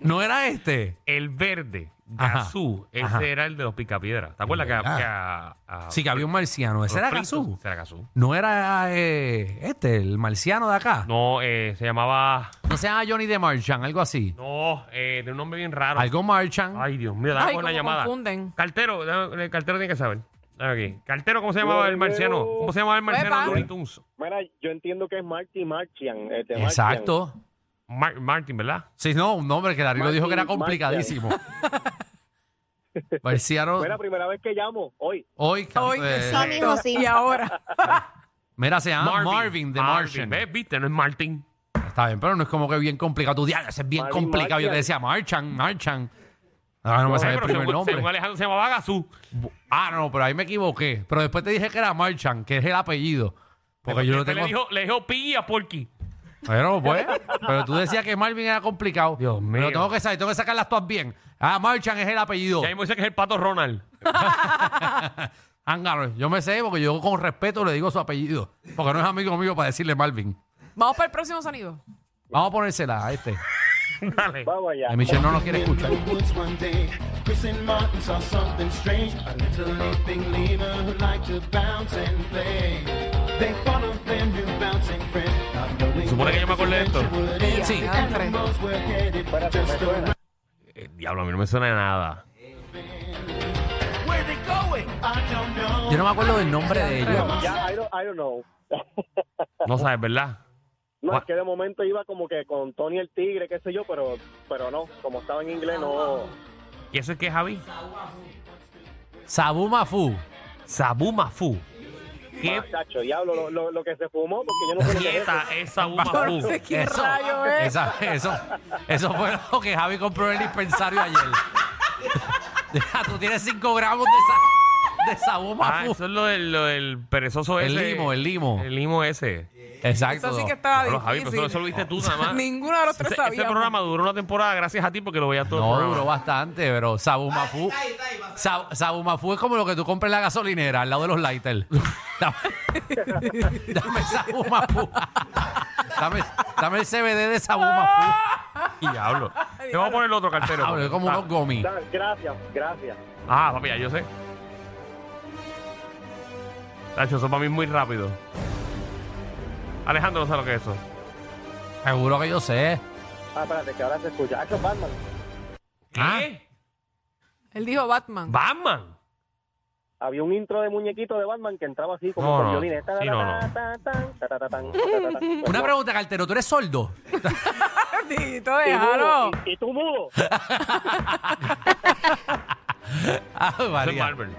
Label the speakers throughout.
Speaker 1: ¿No era este?
Speaker 2: El verde,
Speaker 1: Ajá,
Speaker 2: Gazú, ese
Speaker 1: ajá.
Speaker 2: era el de los picapiedra. ¿Te acuerdas que,
Speaker 1: verdad.
Speaker 2: que a- a-
Speaker 1: Sí, que había un
Speaker 2: a
Speaker 1: marciano.
Speaker 2: los
Speaker 1: ¿Ese era
Speaker 2: Flintstones?
Speaker 1: Gazú?
Speaker 2: Ese era Cazú.
Speaker 1: ¿No era eh, este, el marciano de acá? No,
Speaker 2: No, eh, se llamaba...
Speaker 1: se llama Johnny de Marchand, algo así.
Speaker 2: No, eh, tiene un nombre bien raro.
Speaker 1: Algo Marchand.
Speaker 2: Ay, Dios mío,
Speaker 3: Ay,
Speaker 2: dame una
Speaker 3: cómo
Speaker 2: llamada.
Speaker 3: confunden.
Speaker 2: Cartero, déjame- el cartero tiene que saber. Dame Aquí. Cartero, ¿cómo se llamaba el marciano? ¿Cómo se llamaba el marciano
Speaker 3: Pepa.
Speaker 2: de Looney Tunes?
Speaker 4: Mira, yo entiendo que es Marty Marchian. este, Marchian.
Speaker 1: Exacto.
Speaker 2: Mar- Martin, ¿verdad?
Speaker 1: Sí, no, un nombre que Darío dijo que era
Speaker 4: Marciano.
Speaker 1: complicadísimo. Marciano.
Speaker 4: Fue la primera vez que llamo hoy.
Speaker 1: Hoy,
Speaker 3: Hoy,
Speaker 1: eh,
Speaker 3: exacto. Y ahora.
Speaker 1: mira, se llama Ah, Marvin, de Martian.
Speaker 2: ¿Ves? Viste, no es Martin.
Speaker 1: Está bien, pero no es como que bien complicado. Tu diario ese es bien
Speaker 4: Marvin
Speaker 1: complicado. Yo te
Speaker 4: Martian.
Speaker 1: decía Marchan, Marchan. Ah, no me sabía el
Speaker 2: pero
Speaker 1: primer
Speaker 2: según,
Speaker 1: nombre.
Speaker 2: según Alejandro se llamaba Gazú.
Speaker 1: Ah, no, pero ahí me equivoqué. Pero después te dije que era Marchan, que es el apellido. Porque yo lo
Speaker 2: Después
Speaker 1: tengo.
Speaker 2: Este Le dijo, le dijo Pi a Porky.
Speaker 1: Pero pues, pero tú decías que Marvin era complicado.
Speaker 2: Dios mío.
Speaker 1: Pero tengo que saber, tengo que sacar las tuas bien. Ah, Marchan es el apellido.
Speaker 2: Y ahí me dice que es el pato Ronald.
Speaker 1: Ángaro, yo me sé porque yo con respeto le digo su apellido. Porque no es amigo mío para decirle Marvin.
Speaker 3: Vamos para el próximo sonido.
Speaker 1: Vamos a ponérsela a este.
Speaker 2: Dale.
Speaker 4: Vamos allá.
Speaker 1: A Michelle no nos quiere escuchar.
Speaker 5: woods one day, Chris and Martin saw something strange. A little late thing leaner who liked to bounce and play. They followed their new bouncing friend, not knowing
Speaker 2: Supone que yo me acordé de esto.
Speaker 5: where the
Speaker 1: Sí.
Speaker 3: Andre.
Speaker 5: animals were headed. Just a
Speaker 2: Eh, diablo, a mí no me suena de nada.
Speaker 5: Where they going? I don't know.
Speaker 4: Eh,
Speaker 1: Yo no me acuerdo del nombre de ellos.
Speaker 4: Ya, I don't, I don't know.
Speaker 2: No sabes, ¿verdad?
Speaker 4: No, es que de momento iba como que con Tony el Tigre, qué sé yo, pero pero no, como estaba en inglés, no.
Speaker 2: ¿Y eso es qué, Javi?
Speaker 1: Sabu Mafu.
Speaker 2: Sabu Mafu. ¿Qué
Speaker 4: Machacho, diablo, lo, lo, lo que se fumó, porque yo no sé lo que es eso.
Speaker 2: dieta es Sabu Mafu?
Speaker 3: sé qué rayo ¿eh? es.
Speaker 1: esa- eso, eso fue lo que Javi compró en el dispensario ayer. Deja, tú tienes 5 gramos de, sa- de Sabu
Speaker 2: Ah,
Speaker 1: Mafu.
Speaker 2: eso es lo del, lo del perezoso
Speaker 1: El
Speaker 2: ese.
Speaker 1: limo, el limo.
Speaker 2: El limo ese.
Speaker 1: Exacto.
Speaker 3: Eso sí que estaba
Speaker 2: Diablo,
Speaker 3: difícil.
Speaker 2: Javi, pero eso, eso lo viste tú nada más.
Speaker 3: Ninguno de los tres
Speaker 2: Ese,
Speaker 3: sabía.
Speaker 2: ese programa duró una temporada gracias a ti porque lo veía todo. el
Speaker 1: No,
Speaker 2: programa.
Speaker 1: duró bastante, pero Sabu Mafu. Sa- Sabu Mafu es como lo que tú compras en la gasolinera al lado de los lighters. Dame, dame Sabu Mafu. Dame, dame el CBD de
Speaker 3: Ah.
Speaker 1: Sabu Mafu.
Speaker 2: Diablo. Te vamos a poner el otro cartero.
Speaker 1: Hablo, Ah, es como unos gomis.
Speaker 4: Da- Gracias, gracias.
Speaker 2: Ah, papi, ya yo sé. Tacho, eso para mí es muy rápido. Alejandro no sabe lo que es eso.
Speaker 1: Seguro que yo sé.
Speaker 4: Ah, espérate, que ahora se escucha. Ah, que es Batman.
Speaker 1: Ah.
Speaker 2: ¿Qué?
Speaker 3: Él dijo Batman.
Speaker 2: ¿Batman?
Speaker 4: Había un intro de muñequito de Batman que entraba así como
Speaker 2: No,
Speaker 4: con
Speaker 2: no.
Speaker 4: violines.
Speaker 2: Sí, no, no.
Speaker 4: Ta, ta, ta, ta, ta, ta, ta, ta, ta, ta, ta.
Speaker 1: Una pregunta, Cartero, ¿tú eres sordo?
Speaker 3: Maldito,
Speaker 4: Y
Speaker 2: Uh,
Speaker 4: mudo,
Speaker 3: déjalo.
Speaker 4: y- y tú mudo.
Speaker 1: Ah,
Speaker 2: Eso es
Speaker 1: María.
Speaker 2: Marvel.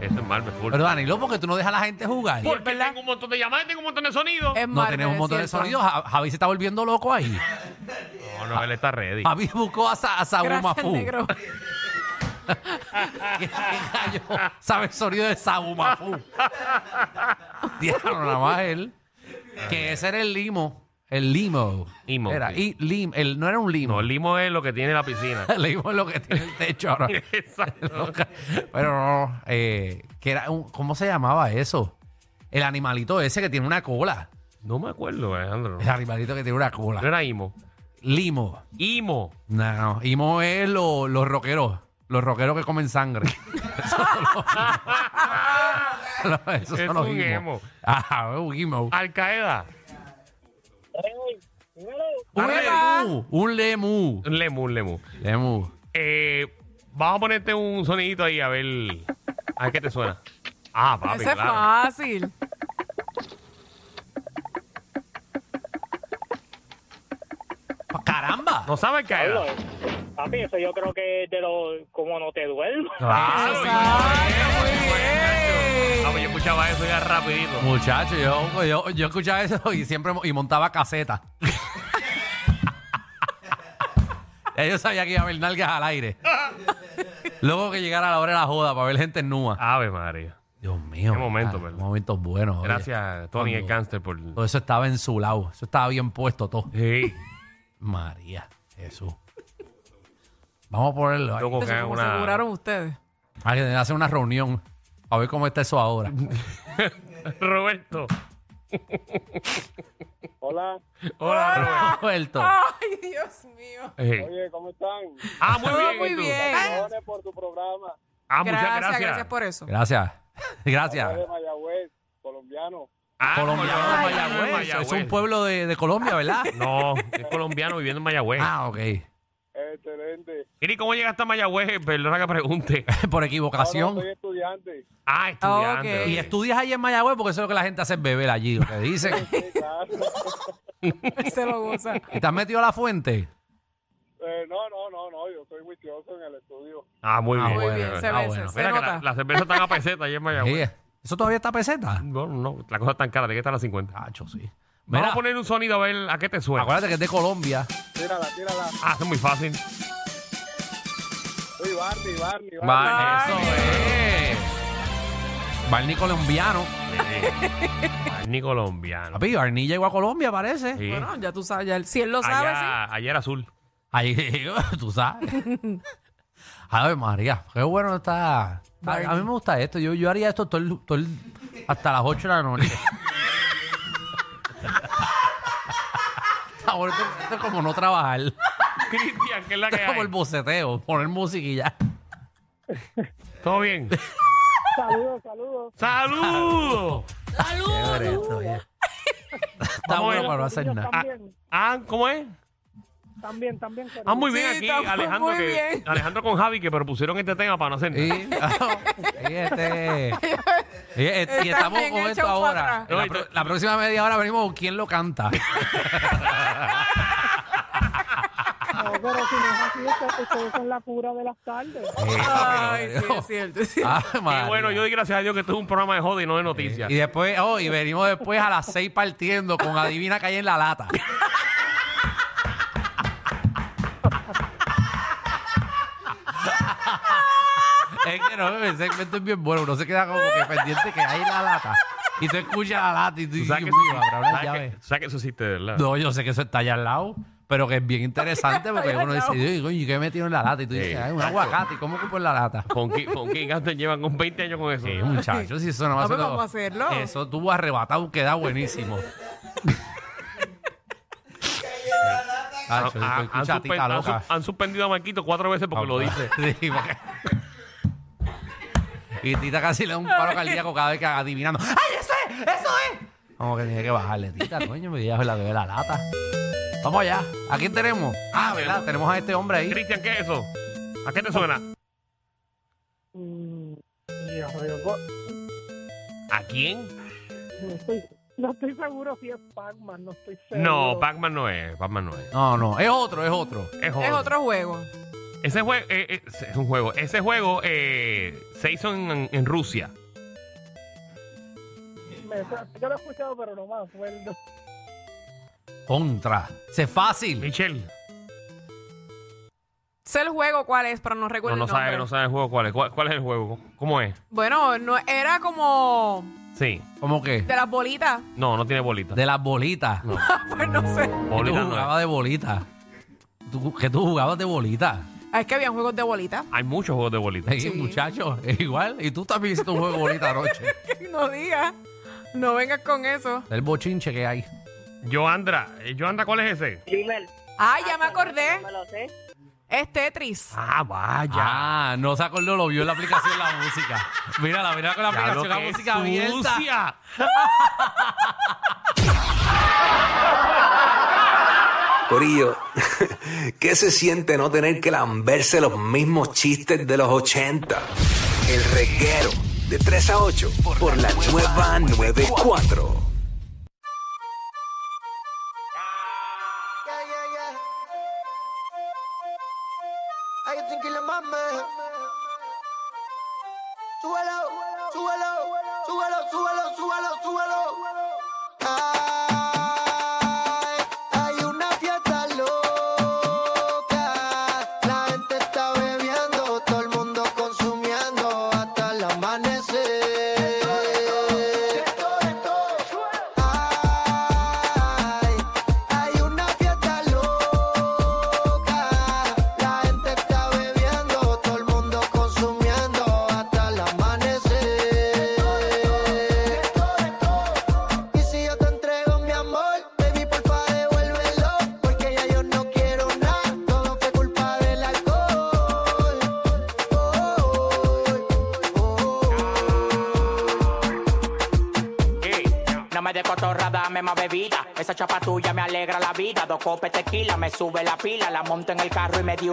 Speaker 2: Eso es Marvel. full.
Speaker 1: Pero Danilo, porque tú no dejas a la gente jugar.
Speaker 2: Porque tengo un montón de llamadas y tengo un montón de sonidos.
Speaker 3: Es
Speaker 1: No
Speaker 3: Marvel,
Speaker 1: tenemos un montón de
Speaker 3: ¿cierto?
Speaker 1: sonidos. Ja- Javi se está volviendo loco ahí.
Speaker 2: No, no, él está ready.
Speaker 1: Javi buscó a, Sa- a Sabu
Speaker 3: Gracias,
Speaker 1: Mafu.
Speaker 3: negro.
Speaker 1: ¿Qué, qué rayo sabe el sonido de Sabu Mafu? Diablo, nada más él. Que ese era el limo. El limo.
Speaker 2: Limo,
Speaker 1: Era,
Speaker 2: sí.
Speaker 1: y lim- el, no era un limo.
Speaker 2: No, el limo es lo que tiene la piscina.
Speaker 1: el limo es lo que tiene el techo ahora.
Speaker 2: Exacto.
Speaker 1: Pero no, eh, que era un- ¿cómo se llamaba eso? El animalito ese que tiene una cola.
Speaker 2: No me acuerdo, Alejandro.
Speaker 1: El animalito que tiene una cola.
Speaker 2: No era Imo.
Speaker 1: Limo.
Speaker 2: Imo.
Speaker 1: No, no. Imo es lo- los rockeros. Los rockeros que comen sangre. Eso son los- los- esos
Speaker 2: Es
Speaker 1: son los
Speaker 2: un
Speaker 1: emo.
Speaker 2: emo. Ah,
Speaker 1: Ajá, es un emo.
Speaker 2: Al Qaeda.
Speaker 4: Ey, míralo.
Speaker 1: Un
Speaker 3: Arriba.
Speaker 1: lemu. Un lemu.
Speaker 2: Un lemu, un lemu.
Speaker 1: Lemu.
Speaker 2: Eh, vamos a ponerte un sonidito ahí a ver. A ver qué te suena. Ah, papi,
Speaker 3: Ese es
Speaker 2: claro.
Speaker 3: fácil.
Speaker 1: ¡Caramba!
Speaker 2: No sabe Al Qaeda.
Speaker 6: Papi, eso yo creo que es de los como no te duermo.
Speaker 2: Claro,
Speaker 3: Exacto,
Speaker 2: muy bien,
Speaker 3: muy
Speaker 2: muchacho.
Speaker 3: bien.
Speaker 2: Ah, pues yo escuchaba eso ya rapidito.
Speaker 1: Muchacho, yo, yo, yo escuchaba eso y siempre mo- y montaba caseta. Ya yo sabía que iba a haber nalgas al aire. Luego que llegara la hora de la joda para ver gente en nua.
Speaker 2: Ave María.
Speaker 1: Dios mío.
Speaker 2: Qué momento,
Speaker 1: ¿verdad?
Speaker 2: ¿verdad?
Speaker 1: Momentos buenos. oye.
Speaker 2: Gracias, Tony el
Speaker 1: Cuando-
Speaker 2: Gangster, por.
Speaker 1: Todo eso estaba en su lado. Eso estaba bien puesto todo.
Speaker 2: Sí.
Speaker 1: María, Jesús. Vamos a ponerlo. Hay,
Speaker 2: Loco, que
Speaker 3: Eso
Speaker 2: hagan
Speaker 3: como se
Speaker 2: una
Speaker 3: curaron ustedes.
Speaker 1: hay que hacer una reunión a ver cómo está eso ahora.
Speaker 2: Roberto.
Speaker 4: Hola.
Speaker 2: Hola,
Speaker 1: Roberto.
Speaker 3: Ay, Dios mío.
Speaker 2: Roberto. Eh.
Speaker 4: Oye, ¿cómo están?
Speaker 2: Ah, muy
Speaker 3: Todo
Speaker 2: bien.
Speaker 3: muy
Speaker 2: ¿y tú?
Speaker 3: bien.
Speaker 4: Perdone por tu programa.
Speaker 2: Ah, muchas
Speaker 3: Gracias,
Speaker 2: gracias.
Speaker 3: gracias, por eso.
Speaker 1: Gracias. Gracias.
Speaker 4: Soy de Mayagüez, colombiano.
Speaker 2: Ah,
Speaker 1: Colombiano de
Speaker 2: colombiano de
Speaker 1: Mayagüez. Es un pueblo de, de Colombia, ¿verdad?
Speaker 2: No, es colombiano viviendo en Mayagüez.
Speaker 1: ah, ok.
Speaker 4: Excelente.
Speaker 2: Miri, ¿cómo llegaste a Mayagüez? Perdona que pregunte.
Speaker 1: Por
Speaker 4: Ahora
Speaker 1: equivocación.
Speaker 4: soy estudiante.
Speaker 2: Ah, estudiante.
Speaker 3: Ok.
Speaker 1: Y estudias ahí en Mayagüez porque eso es lo que la gente hace es beber allí, lo que dicen.
Speaker 4: Sí, claro.
Speaker 3: Se lo goza.
Speaker 1: ¿Y ¿Te has metido a la fuente?
Speaker 4: Eh, no, no, no, no. Yo soy juicioso en el estudio.
Speaker 2: Ah, muy
Speaker 1: Ah,
Speaker 2: bien.
Speaker 3: Muy
Speaker 1: bueno,
Speaker 3: bien, se
Speaker 1: ah,
Speaker 3: ve,
Speaker 1: bueno.
Speaker 3: se, se
Speaker 2: Mira que la,
Speaker 3: nota.
Speaker 2: la cerveza está a peseta allí en Mayagüez.
Speaker 1: Sí. ¿Eso todavía está a peseta?
Speaker 2: No, no, la cosa es tan cara, tiene que estar a las
Speaker 3: Ah,
Speaker 2: 50.
Speaker 1: Cacho, sí.
Speaker 2: Vamos
Speaker 1: Mira,
Speaker 2: a poner un sonido a ver a qué te suena.
Speaker 1: acuérdate que es de Colombia.
Speaker 4: Tírala, tírala.
Speaker 2: Ah, eso es muy fácil.
Speaker 4: Uy, Barney, Barney, Barney.
Speaker 1: Va, eso es. Barney colombiano.
Speaker 2: Barney colombiano.
Speaker 1: Papi, Barney llegó a Colombia, parece.
Speaker 2: Sí.
Speaker 3: Bueno, ya tú sabes, ya, el- si él lo sabe, sí.
Speaker 2: allá, allá era azul.
Speaker 1: Ahí, tú sabes. A ver, María, qué bueno está. A, a mí me gusta esto. Yo, yo haría esto todo el- todo el- hasta las 8 de la noche. Ahora esto, esto es como no trabajar. Esto
Speaker 2: Cristian, ¿qué es la que
Speaker 1: es como
Speaker 2: hay?
Speaker 1: el boceteo, poner musiquilla.
Speaker 2: ¿Todo bien?
Speaker 7: Saludos, saludos.
Speaker 2: ¡Saludos!
Speaker 1: Está bueno para no hacer nada.
Speaker 7: También,
Speaker 2: Ah, ¿cómo es?
Speaker 7: también, también.
Speaker 2: Ah, muy bien
Speaker 3: Sí,
Speaker 2: aquí,
Speaker 3: estamos
Speaker 2: Alejandro,
Speaker 3: muy
Speaker 2: que-
Speaker 3: bien.
Speaker 2: Alejandro con Javi, que propusieron este tema para no hacer nada.
Speaker 1: Y, y este, y, este- y
Speaker 3: Están
Speaker 1: estamos
Speaker 3: bien
Speaker 1: con
Speaker 3: hechos
Speaker 1: esto
Speaker 3: para
Speaker 1: ahora.
Speaker 3: atrás.
Speaker 1: La, pro- la próxima media hora venimos con quién lo canta. Eh,
Speaker 7: No, pero si no es así, ustedes- ustedes son la cura de las tardes.
Speaker 3: Ay, sí, es cierto. es cierto.
Speaker 1: Ah,
Speaker 2: Y bueno,
Speaker 1: María.
Speaker 2: yo doy gracias a Dios que esto es un programa de joda y no de noticias.
Speaker 1: Y después, oh, y venimos después a las seis partiendo con Adivina que hay en la lata. es que no, el segmento es bien bueno. Uno se queda como que pendiente que hay en la lata. Y tú escuchas la lata y tú
Speaker 2: Tú
Speaker 1: dices,
Speaker 2: sabes
Speaker 1: "Dios
Speaker 2: que
Speaker 1: mío,
Speaker 2: eso-
Speaker 1: habrá una
Speaker 2: sabes
Speaker 1: llave".
Speaker 2: que- sabes que eso existe, ¿verdad?
Speaker 1: No, yo sé que eso está allá al lado, pero que es bien interesante porque uno dice, "Ay, coño, ¿qué he metido en la lata? Y tú
Speaker 2: Sí,
Speaker 1: dices, ay, un
Speaker 2: exacto.
Speaker 1: aguacate, ¿y ¿cómo ocupo en la lata?
Speaker 2: Con Ki- con King Gaston llevan con 20 años con eso.
Speaker 1: Eh, muchachos, si eso no va
Speaker 3: Ah, pues vamos a hacerlo.
Speaker 1: Eso tuvo arrebatado, queda buenísimo.
Speaker 2: Han-
Speaker 1: Chacho,
Speaker 2: Ah, han- han,
Speaker 1: escucha a
Speaker 2: suspen-
Speaker 1: Tita
Speaker 2: han
Speaker 1: loca. Ah,
Speaker 2: su- han suspendido a Marquito cuatro veces ah, porque lo dice.
Speaker 1: Sí, porque- Y Tita casi le da un paro cardíaco cada vez que adivinando. ¡Ay, eso es! ¡Eso es! Como que tiene que bajarle, Tita, coño, porque ella la bebe la lata. Vamos allá. ¿A quién tenemos? Ah, ¿verdad? Tenemos a este hombre ahí.
Speaker 2: Cristian, ¿qué es eso? ¿A qué te suena?
Speaker 7: Mm, Dios mío, bo-
Speaker 2: ¿A quién?
Speaker 7: no estoy, no estoy seguro si es Pac-Man, no estoy seguro.
Speaker 2: No, Pac-Man no es. Pac-Man no es.
Speaker 1: No, no, es otro, es otro.
Speaker 2: Es,
Speaker 3: Es
Speaker 2: otro.
Speaker 3: otro juego.
Speaker 2: Ese juego es un juego. Ese juego eh, se hizo en, en Rusia.
Speaker 7: Me suena- yo lo he escuchado, pero no me acuerdo.
Speaker 1: Contra. Se fácil.
Speaker 2: Michelle,
Speaker 3: Sé el juego cuál es, pero no
Speaker 2: no,
Speaker 3: recuerdo
Speaker 2: no
Speaker 3: el nombre.
Speaker 2: sabe, no sabe el juego cuál es. ¿Cuál, cuál es el juego? ¿Cómo es?
Speaker 3: Bueno, no, era como
Speaker 2: Sí.
Speaker 1: ¿Cómo que?
Speaker 3: de las bolitas.
Speaker 2: No, no tiene bolita.
Speaker 1: De las bolitas.
Speaker 3: pues no sé.
Speaker 1: Que tú
Speaker 2: Bolita no es.
Speaker 1: jugabas de bolita. Tú- que tú jugabas de bolita.
Speaker 3: Ah, Es que habían juegos de bolitas.
Speaker 2: Hay muchos juegos de bolita.
Speaker 1: Sí, muchacho, es igual. Y tú también hiciste un juego de bolita anoche.
Speaker 3: No digas. No vengas con eso.
Speaker 1: El bochinche que hay.
Speaker 2: Joandra, eh, Joandra, ¿cuál es ese?
Speaker 7: Primer.
Speaker 3: Ah, ya me acordé.
Speaker 7: No me lo sé.
Speaker 3: Es Tetris.
Speaker 2: Ah, vaya.
Speaker 1: Ah, no se acordó, lo vio en la aplicación la música. Mírala, mira con la
Speaker 2: Ya lo
Speaker 1: aplicación la
Speaker 2: que es
Speaker 1: música abierta.
Speaker 2: sucia.
Speaker 8: Corillo, ¿qué se siente no tener que lamberse los mismos chistes de los 80? El reguero de 3 a 8 por la nueva 94.
Speaker 9: Hay una fiesta loca, la gente está bebiendo, todo el mundo consumiendo hasta el amanecer. Ay, hay una fiesta loca, la gente está bebiendo. me de cotorrada, me más bebida. Esa chapa tuya me alegra la vida. Dos copes tequila, me sube la pila. La monto en el carro y me dio